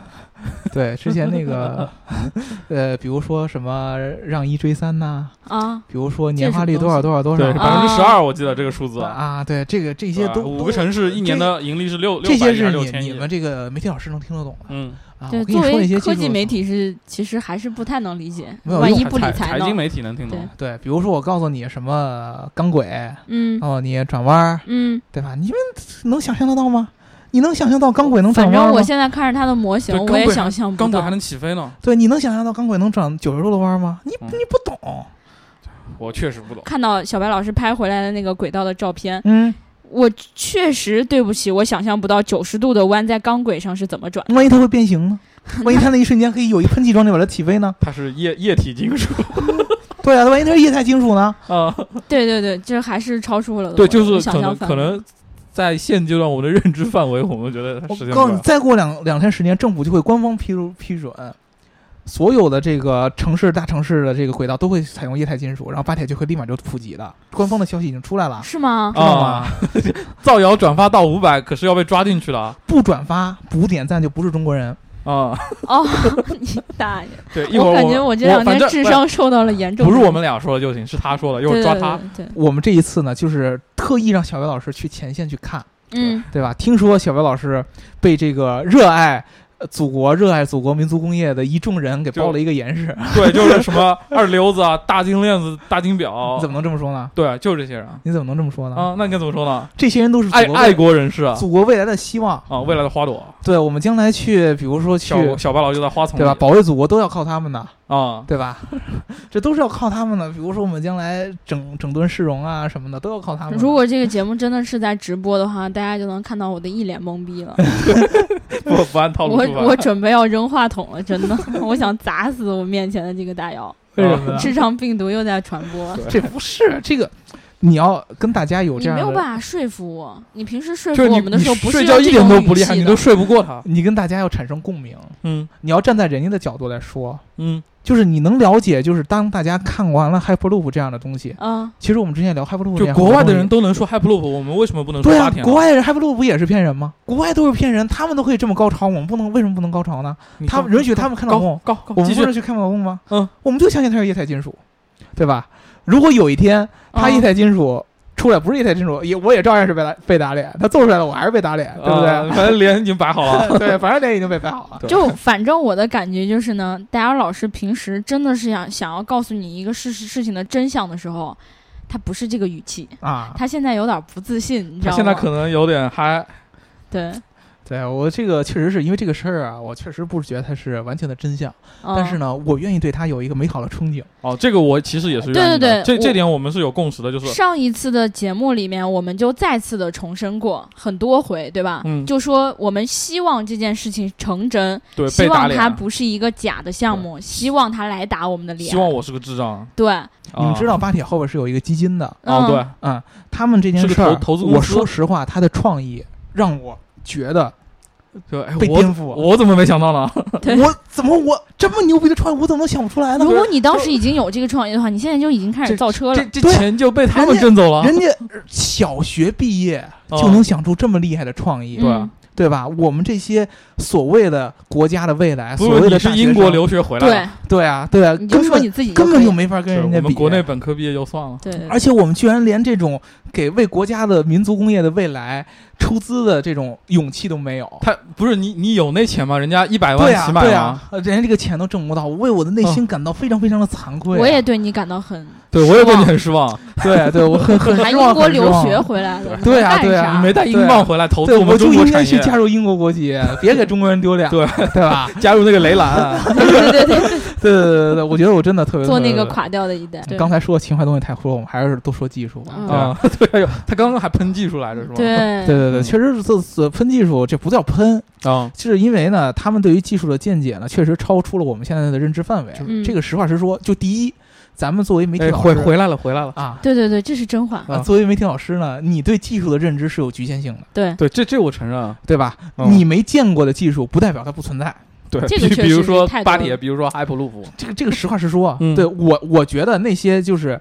对，之前那个， [LAUGHS] 呃，比如说什么让一追三呐、
啊，
比如说
这
年
是
化率
什么
多少多少多
对，
少
啊
百分之十二，我记得这个数字。
啊，对，这个这
对
些
吧
都
五
都
个城市一年的盈利是六
这
六百
些
亿还
是
是六
你
千
你
亿
们？这个媒体老师能听得懂的
嗯，
啊。
对，
我跟你
作
说一些
为
技
科
术
技
的
媒
东西
体是其实还是不太能理解，
没有
万
用
一不理
财
财
财经
呢？
媒体能听懂
对。
对，比如说我告诉你什么钢轨，
嗯
哦，你转弯儿，
嗯，
对吧？你们能想象得到吗？你能想象到钢轨能转
反
弯
正
儿
我
吗？
现在看着它的模型，
对
我也
钢轨
想象不
钢轨
到
还。能起飞呢，
对，你能想象到钢轨能转九十度的弯儿吗？你
嗯
你不懂，
我确实不
[LAUGHS]
懂。
看到小白老师拍回来的那个轨道的照片，
嗯，
我确实对不起，我想象不到九十度的弯在钢轨上是怎么转的。
万一它会变形呢？万一它那一瞬间可以有一喷气装置把它起飞呢？
它是液液体金
[LAUGHS]
属
对啊，万一它是液态金属呢？
啊，
[LAUGHS] 对对对，这还是超出了我
对，就是
想
可
象
能
范
可
围
能在现阶段我们的认知范围，我们觉得它
我
实现
告诉
不
你，
了。
再过两两天时间，政府就会官方批入批准，所有的这个城市大城市的这个轨道都会采用液态金属，然后巴铁就会立马就普及的。官方的消息已经出来了，
是吗？
知道吗？
啊造谣转发到五百，可是要被抓进去了
不转发不点赞就不是中国人。
啊！
哦， [LAUGHS] 你大爷！
对， [LAUGHS] 一会儿
感觉
我
这两
反
天
正
智商受到了严重
不
的。
是我们俩说的就行，是他说的，一会儿
对
抓
对
他。
对，对
我们这一次呢，就是特意让小白老师去前线去看，
嗯，
对吧？听说小白老师被这个热爱。呃祖国热爱祖国民族工业的一众人给包了一个严实，
对，就是什么二流子啊、 [LAUGHS] 大金链子、大金表，
你怎么嗯能这么说呢？
对，就是这些人哦啊。
你怎么能这么说呢？
那你该怎么说呢？
这些人都是祖
爱
国未
爱国人士啊，
祖国未来的希望。
啊，未来的花朵。
对我们将来去，比如说去，
小小白老就在花丛里
对吧？保卫祖国都要靠他们的， [LAUGHS]
啊，
对
[LAUGHS]
吧？这都是要靠他们的。比如说我们将来整整顿市容啊什么的，都要靠他们的。
如果这个节目真的是在直播的话，大家就能看到我的一脸懵逼了。
不不按套路
我
出
我
啊
牌。
准备要扔话筒了，真的， [LAUGHS] 我想砸死我面前的这个大姚。
为什
嗯
[LAUGHS]
么呢？
智障病毒又在传播，
对
这不是这个，你要跟大家有
你
这样
没
的，
有办法说服我。你平时说
就
服
是
我
你
们的
你
时候，不是
睡
用
觉一
这
点
种
都
语
不厉
气
害，你
的
都睡不过他。
你跟大家要产生共鸣，
嗯
你要站在人家的角度来说，
嗯，
就是你能了解，就是当大家看完了 Hyperloop 这样的东西，
嗯，
其实我们之前聊 Hyperloop，
就
这样
国外
东
的
西
人。都能说 Hyperloop，我们为什么不能说
对
八
啊，
天呢？
国外人 Hyperloop 不也是骗人吗？国外都是骗人，他们都可以这么高潮，我们不能为什么不能高
[LAUGHS]
潮呢？
你
他
高
们允许他们看到
高
梦
高高
我
继
们
续
不是去看梦吗？
嗯，
我们就相信它是液态金属，对吧？如果有一天它
啊
嗯
液态金属出来不是液态金属，也我也照样是被打被打脸，它做出来了我还是被打脸，对不
啊
对？
反正脸已经摆好
[LAUGHS]
了。
啊
对， [LAUGHS] 反正脸已经被拍好了。
对
就反正我的感觉就是呢，戴尔老师平时真的是想想要告诉你一个事实事情的真相的时候，他不是这个语气，
啊，
他现在有点不自信，你知道
他
吗？
现在可能有点嗨，
对，
对我这个确实是因为这个事儿啊，我确实不觉得它是完全的真相，
啊
嗯、
但是呢，我愿意对它有一个美好的憧憬。
哦，这个我其实也是愿意
对
的
对对
这这
我
点我们是有共识的，就是
上一次的节目里面，我们就再次的重申过很多回，对吧？
嗯
就说我们希望这件事情成真，
对
希
被打
望它
脸，
不是一个假的项目，希望他来打我们的脸。
希望我是个智障。
对，
你们知
道？
道巴铁后边是有一个基金的，
嗯、
哦，对，
啊，他们这件
是个
事儿
投投资，公司
我说实话，他的创意让我觉得
对，哎
被
我
颠覆。
我怎么没想到呢？
[LAUGHS] 对
我怎么我这么牛逼的创意，我怎么能想不出来呢？
如果你当时已经有这个创意的话，你现在就已经开始造车了
这。这
对
[LAUGHS] 钱就被他们
人家
挣走了。
人家小学毕业
哦
就能想出这么厉害的创意，
嗯
对啊
对吧？我们这些所谓的国家的未来，
不
所
是
谓
你
的
是
大学
英
生
国，留学回来
对
的，，
对啊，对啊，
你就
根
说你
本
自己就
根本
可以
就没法跟
对
人
我
家
们
比。
国内本科毕业就算了。
对，对
而且我们居然连这种给为国家的民族工业的未来出资的这种勇气都没有。
他不是你，你有那钱吗？人家一百
对
万
呀、
起
啊，
码
对呀、
吗？嗯
啊，呃人家这个钱都挣不到，我为我的内心感到非常非常的惭愧、啊
我也，对你感到很
对我也对你很失望。
对 [LAUGHS] 对，我很很
还
失
英
望。
国
很失
留
望
学回来的，
对啊
干
对啊
啥
你没带英镑回来投资
对，
们
我
中
就
国
应该
产
去加
业，
入英国国
[LAUGHS]
籍，别给中国人丢脸，
对啊
对
[LAUGHS]
吧？
加入那个雷兰，
对对对对对，
[LAUGHS] 对对对对对，我觉得我真的特
[LAUGHS]
别
做那个
特别
垮掉的一代，对
刚才说的情怀东西太多，我们还是多说技术吧。
嗯
啊，
啊， [LAUGHS] 对，哎呦，他刚刚还喷技术来着是吗？
对
对对对，
嗯
确实是这这喷技术，这不叫喷，
啊，
是因为呢，他们对于技术的见解呢，确实超出了我们现在的认知范围。
嗯
这个实话实说，就第一，咱们作为媒体
哎，嗯
老
回
师、
回来了，回
嗯
来了。
啊。
对对对，这是真话，
啊，作为媒体老师呢，你对技术的认知是有局限性的，
对，
对，这这我承认啊。
对吧？
嗯
你没见过的技术，不代表它不存在。
[LAUGHS] 对，
这个
比
确
比
实
如
是
说
太
巴
多
铁，
了
比如说埃普路普，
这个这个实话实说啊，
嗯
对我我觉得那些就是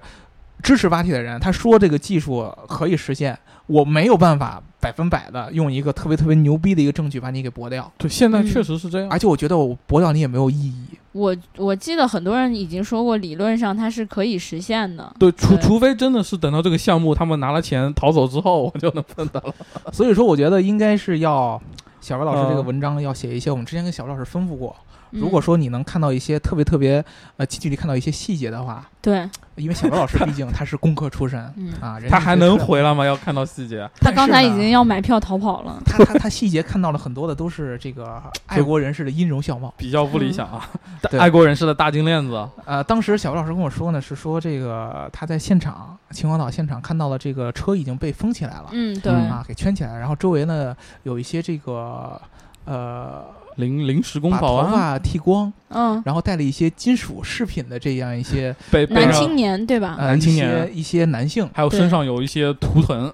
支持巴铁的人，他说这个技术可以实现，我没有办法百分百的用一个特别特别牛逼的一个证据把你给驳掉，
对，现在
嗯
确实是这样。
而且我觉得我驳掉你也没有意义。
我我记得很多人已经说过，理论上它是可以实现的，
对，除
对
除非真的是等到这个项目他们拿了钱逃走之后，我就
哎
能碰到了。
所以说，我觉得应该是要小白老师这个
嗯
文章要写一些，我们之前跟小白老师吩咐过，
嗯
如果说你能看到一些特别特别呃近距离看到一些细节的话，
对，
因为小白老师毕竟他是工科出身
嗯，
啊，人家
他还能
是。
回来吗？要看到细节。
他
但
刚
是
才
呢
已经要买票逃跑了，
他他他细节看到了很多的都是这 [LAUGHS] 个爱国人士的音容笑貌。
比较不理想啊，
嗯
对
爱国人士的大金链子，
呃，当时小吴老师跟我说呢，是说这个他在现场秦皇岛现场看到了这个车已经被封起来了，
嗯，对，
嗯
啊，给圈起来了，然后周围呢有一些这个呃
临临时工
把
保
头
安
发剃光，
嗯，
然后带了一些金属饰品的这样一些
被被
男
让
青年对吧？
呃
男
一
青年
些一些男性，
还有
对
身上有一些图腾，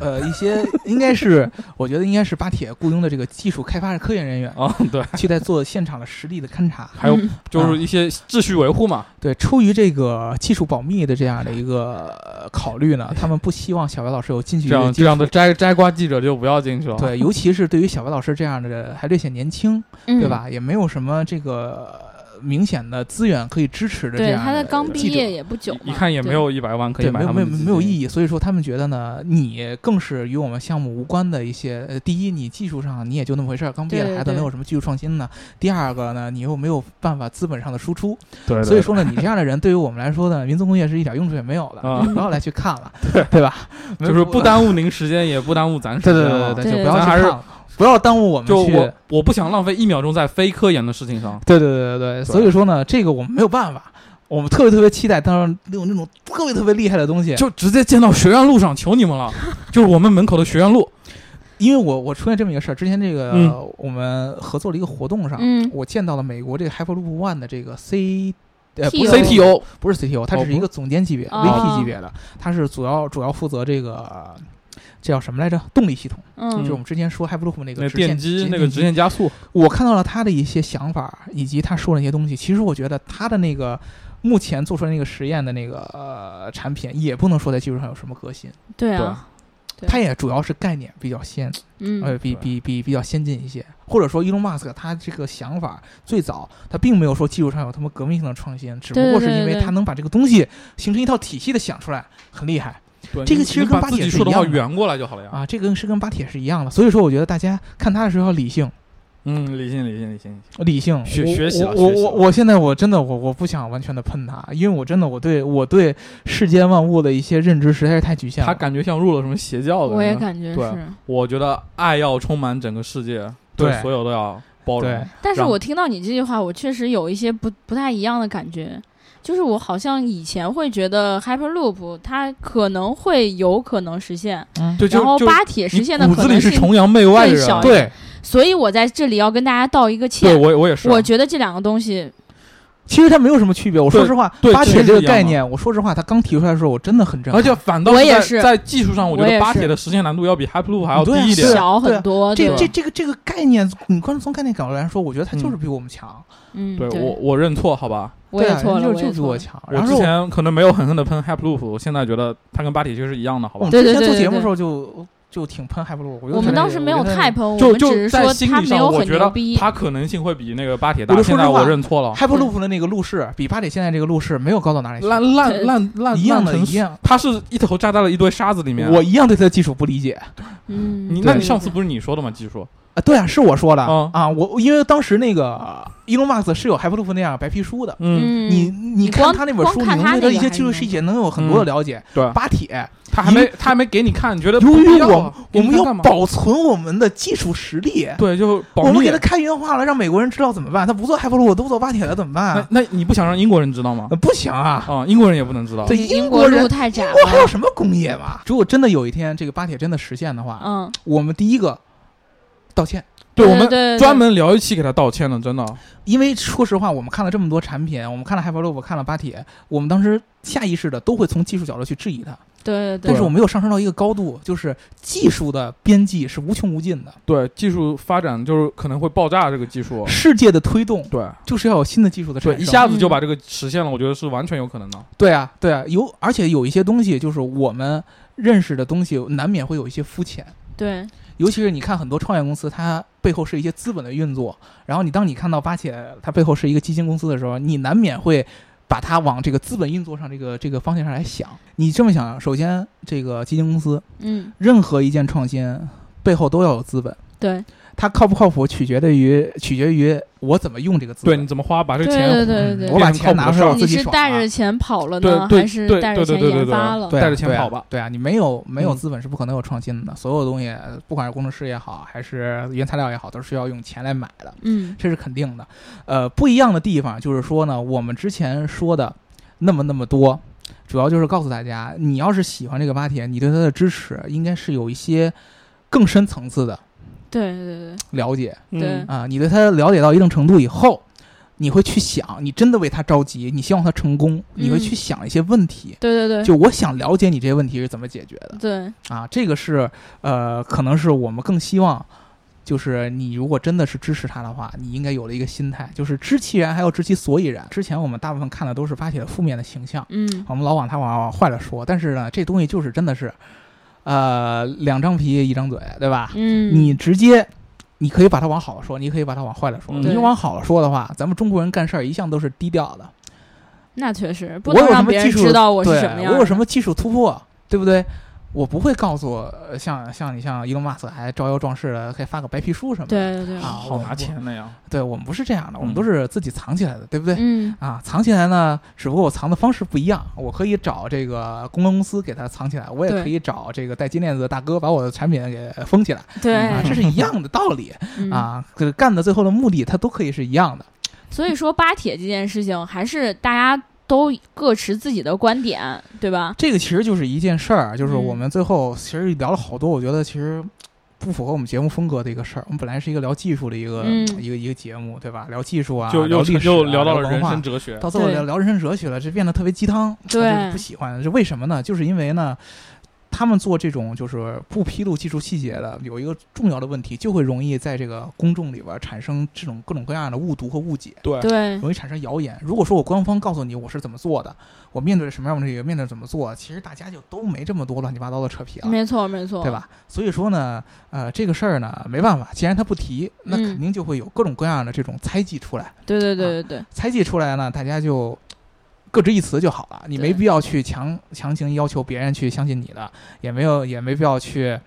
呃一些应该是我觉得应该是巴铁雇佣的这个技术开发科研人 [LAUGHS] 员
啊，对，
去在做现场的实地的勘察。
还有
嗯
啊
就是一些秩序维护嘛，
对，出于这个技术保密的这样的一个呃考虑呢，他们不希望小白老师有近距离
这
的
样
接
这样的摘摘瓜记者就不要进去了。
对，尤其是对于小白老师这样的还略显年轻，
嗯
对？吧？也没有什么这个呃明显的资源可以支持的这
对，
样
他
的
在刚
记
毕
者
业。也不久嘛，
一，一看也没
对
有一百万可以
对，
买
没有
他
没有
们的基金
没有意义，所以说他们觉得呢，你更是与我们项目无关的一些。呃，第一，你技术上你也就那么回事儿，刚毕业
对
的孩子
对
能有什么技术创新呢？第二个呢，你又没有办法资本上的输出，
对，对
所以说呢，你这样的人对于我们来说呢，民族工业是一点用处也没有的，
啊
[LAUGHS] 不要来去看了，对吧？
[LAUGHS] 对就是不
耽
耽误您时间，也不耽误咱时
对
间啊
对
了。
对对，就
对
不要去
咱还
看
是
了，不要耽误我们
就
去
我我不想浪费一秒钟在非科研的事情上。
对对对对对，所以说呢，这个我们没有办法，我们特别特别期待，当然有那种特别特别厉害的东西。
就直接见到学院路上，求你们了！ [LAUGHS] 就是我们门口的学院路，
因为我我出现这么一个事儿，之前这个、
嗯
我们合作了一个活动上，
嗯
我见到了美国这个 Hyperloop One 的这个 C。
TO
呃，不是
CTO
不是 CTO，它
哦
只是一个总监级别、
不是
VP 级别的，它是主要主要负责这个呃这叫什么来着？动力系统，
嗯
就是我们之前说 Hyperloop 那个
那
直线
电
直
机
线
那个直线加速，
我看到了他的一些想法，以及他说的一些东西。其实我觉得他的那个目前做出来那个实验的那个呃产品，也不能说在技术上有什么革新，
对
对
啊，对
他也主要是概念比较先，
嗯
呃，比
对哎
比比比较先进一些。或者说，伊隆马斯克他这个想法最早，他并没有说技术上有他们革命性的创新，只不
对对
过是
对
因
对
为
对
他能把这个东西形成一套体系的想出来，很厉害
对
这个
你
其实
你
跟
把
巴
自
铁
己
是
说的
一
话
样的
圆过来就好了呀。
啊。这个是跟巴铁是一样的，所以说我觉得大家看他的时候要理性。
嗯，理性理性理性理
理性
性。学
我
学习了
我
学习
我
了
我现在我真的我我不想完全的喷他，因为我真的我对我对世间万物的一些认知实在是太局限
他
了。
感觉像入了什么邪教的。
我也感觉
对啊
是，
我觉得爱要充满整个世界，
对
所有都要包
对
容。，
但是
让
我听到你这句话，我确实有一些不不太一样的感觉，就是我好像以前会觉得 Hyperloop 它可能会有可能实现，
嗯，
对，
然后
就就
巴铁实现的
骨
可
子里
能
是
性，
崇洋媚外的
更小
人啊
一。点
对，
所以我在这里要跟大家道一个
对，
歉。
我我也是啊。
我觉得这两个东西，
其实它没有什么区别。我说
对
实话，
对
巴
其
铁
实
这个
是一样
概
的
念，我说实话，他刚提出来的时候，我真的很震
而
撼。
且反倒
我也
在
是
在技术上，我觉
我也
得
是
巴铁的实现难度要比 Hyperloop 还要低
对啊
一
是
点。
小
对
很多，
这
吧？
这这个这个概念，你光从概念角度来说，我觉得他就是
嗯
比我们强。
嗯，
对我我认错，好吧。
我也
对啊
错了，
人
我
家就
也
就比
错
我
了。
强。
我
然
之
后
前可能没有狠狠的喷 Hyperloop，我现在觉得它跟巴铁就是一样的，好
我
吧
们？
对对
之前
对
做
对
节目
对
的时候就就挺喷 Hyperloop，我就
我
觉
们
得
当时没有
我觉得
太喷，我
就
们只
就是在
说
心
它
理
没
上，
有
我
很
觉
牛
得
逼。
它可能性会比那个巴铁
我
大。
就说
现在
实话
我认错了，
Hyperloop 的那个路试比巴铁现在这个路试没有高到哪里去，
烂
对
烂烂烂
一样的，
烂成
一样。
他是一头扎在了一堆沙子里面。啊
我一样对他的技术不理解。
嗯，
你那
对
你上次不是你说的吗？技术
啊，对啊，是我说的、
嗯
啊，我因为当时那个伊隆马斯是有海普鲁夫那样白皮书的，
嗯，
嗯，
你你
你
看
光
他那本
光
书，你
看
能
他那
对一
个
些
还
技术
是
细节能有很多的了解。
嗯对，
巴铁
他还没
一
他还没给你看，你觉得
由
不必
于
要
我
啊
我
你
们
看
要
干嘛
保存我们的技术实力，
对，就保密。
我们给他开源化了，让美国人知道怎么办？他不做海普鲁，我都做巴铁了，怎么办、
那
啊？
那你不想让英国人知道吗？
呃不行啊！
啊，英国人也不能知道。
对
英
国人
路，太窄
英国还有
了，
什么工业嘛？如果真的有一天这个巴铁真的实现的话，
嗯，
我们第一个道歉，
对，我
对
们
对对
专门聊一期给他道歉了，真的。
因为说实话，我们看了这么多产品，我们看了海普鲁，看了巴铁，我们当时下意识的都会从技术角度去质疑它，
对对
但
对
是我没有上升到一个高度，就是技术的边际是无穷无尽的，
对，技术发展就是可能会爆炸，这个技术。
世界的推动
对
就是要有新的技术的产
对，
生，
一下
嗯
子就把这个实现了，我觉得是完全有可能的。
对啊，对啊，有，而且有一些东西就是我们认识的东西，难免会有一些肤浅。
对，
尤其是你看很多创业公司，它背后是一些资本的运作，然后你当你看到巴铁它背后是一个基金公司的时候，你难免会把它往这个资本运作上这个这个方向上来想。你这么想，首先这个基金公司
嗯
任何一件创新背后都要有资本，
对
它靠不靠谱取决于取决于我怎么用这个资
对，
本。
你怎嗯么花，把这
对
个钱
对对对
我
对。
把钱拿出来，我
你
自己
是
爽、啊。
带着钱跑了
对
呢，
对
还是
对
带着
对
钱
对对
研
对
发了？
对啊
带着钱
对啊
跑吧
对啊，你没有没有
嗯
资本是不可能有创新的。所有东西，不管是工程师也好，还是原材料也好，都是需要用钱来买的，
嗯
这是肯定的。呃，不一样的地方就是说呢，我们之前说的那么那么多，主要就是告诉大家，你要是喜欢这个巴铁，你对它的支持应该是有一些更深层次的
对对对
了解
嗯
对
啊、你对它了解到一定程度以后。你会去想，你真的为它着急，你希望它成功，你会
嗯
去想一些问题。
对对对
就我想了解你这些问题是怎么解决的，
对，
啊，这个是呃，可能是我们更希望，就是你如果真的是支持他的话，你应该有了一个心态，就是知其然还要知其所以然。之前我们大部分看的都是巴铁的负面的形象，
嗯
我们老往他往往坏了说，但是呢，这东西就是真的是，呃，两张皮一张嘴，对吧？
嗯，
你直接。你可以把它往好了说，你也可以把它往坏了说。
嗯
你
对
往好了说的话，咱们中国人干事儿一向都是低调的，
那确实不
我有
能
什
让
么
别
技
人
术
知道我是
对
什么样的。
我有什么技术突破，对不对？我不会告诉呃像像你像伊隆马斯还招摇撞势的，可以发个白皮书什么的。
对对对，嗯
啊
好
我
拿钱的呀。
对，我们不是这样的，我们
嗯
都是自己藏起来的，对不对？
嗯
啊，藏起来呢，只不过我藏的方式不一样。我可以找这个公关公司给它藏起来，我也
对
可以找这个戴金链子的大哥把我的产品给封起来
对
啊，这是一样的道理
嗯
啊。可是干的最后的目的，它都可以是一样的。
所以说巴铁这件事情，还是大家都各持自己的观点，对吧？
这个其实就是一件事儿，啊就是
嗯
我们最后其实聊了好多，我觉得其实不符合我们节目风格的一个事儿。我们本来是一个聊技术的一个、
嗯
一个一个节目，对吧？聊技术啊，
就
聊
又
历史、啊，
又
聊
聊到了
文
人
化
生哲学。
到最后
对
聊聊人生哲学了，这变得特别鸡汤，
对
我就是不喜欢。这为什么呢？就是因为呢，他们做这种就是不披露技术细节的，有一个重要的问题，就会容易在这个公众里边产生这种各种各样的误读和误解。
对
对
容易产生谣言。如果说我官方告诉你我是怎么做的，我面对什么样的这个面对怎么做，其实大家就都没这么多乱七八糟的扯皮了，
没错没错，
对？吧？所以说呢，呃，这个事儿呢，没办法，既然他不提，那
嗯
肯定就会有各种各样的这种猜忌出来。
对对对对对，
猜忌出来呢，大家就各执一词就好了，你
对
没必要去强强行要求别人去相信你的，也没有也没必要去。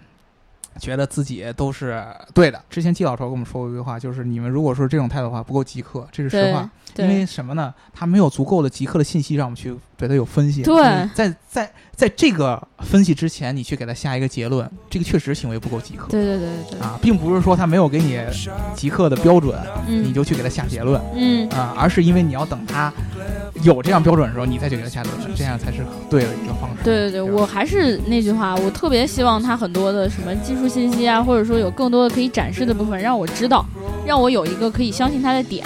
觉得自己都是对的。之前季老头跟我们说过一句话，就是你们如果说这种态度的话，不够极客，这是实
对
话。因为
对
什么呢？他没有足够的极客的信息让我们去对他有分析。
对
嗯在在在这个分析之前，你去给他下一个结论，这个确实行为不够极客
对对对对，
啊，并不是说他没有给你极客的标准，
嗯
啊你就去给他下结论
嗯
啊，而是因为你要等他有这样标准的时候，你再去给他下结论，这样才是对的一个方式。
对对对，
吧
我还是那句话，我特别希望他很多的什么技术信息啊，或者说有更多的可以展示的部分，让我知道，让我有一个可以相信他的点，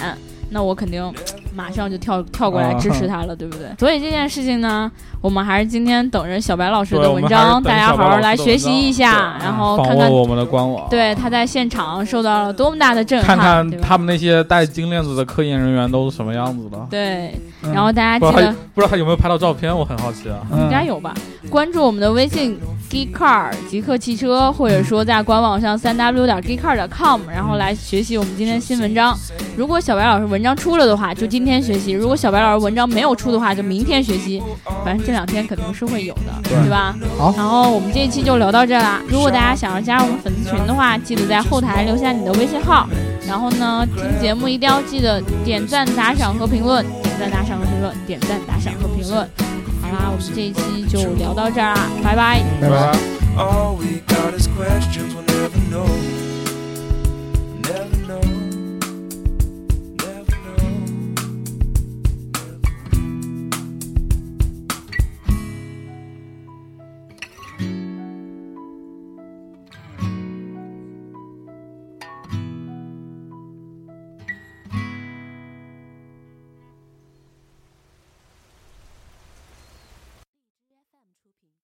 那我肯定马上就跳跳过来
啊
支持他了，对不对？所以这件事情呢，我们还是今天等着小白老师
对
的
我
文
们还
章，
是等
大家
小白
好
老
好
师
来
的
学
文
习
章
一下，
对
然后
访
哦看
问
看
我们的官网。
对他在现场受到了多么大的震撼，
看看
对吧
他们那些戴金链子的科研人员都是什么样子的。
对，
嗯
然后大家
不知
记
道
得
他。不知道他有没有拍到照片，我很好奇啊。
应该
嗯，
有吧？关注我们的微信 Geek Car 极客汽车，或者说在官网上三 w 点 geek car 点 com，然后来学习我们今天的新文章。如果小白老师文章出了的话，就今天学习；如果小白老师文章没有出的话，就明天学习。反正这两天肯定是会有的，
对
对吧？
好
然后我们这一期就聊到这儿啦。如果大家想要加入我们粉丝群的话，记得在后台留下你的微信号。然后呢，听节目一定要记得点赞、打赏和评论，点赞、打赏和评论，点赞、打赏和评论。好啦，我们这一期就聊到这儿啦，拜拜。
拜拜。
All we got is questions we'll never know.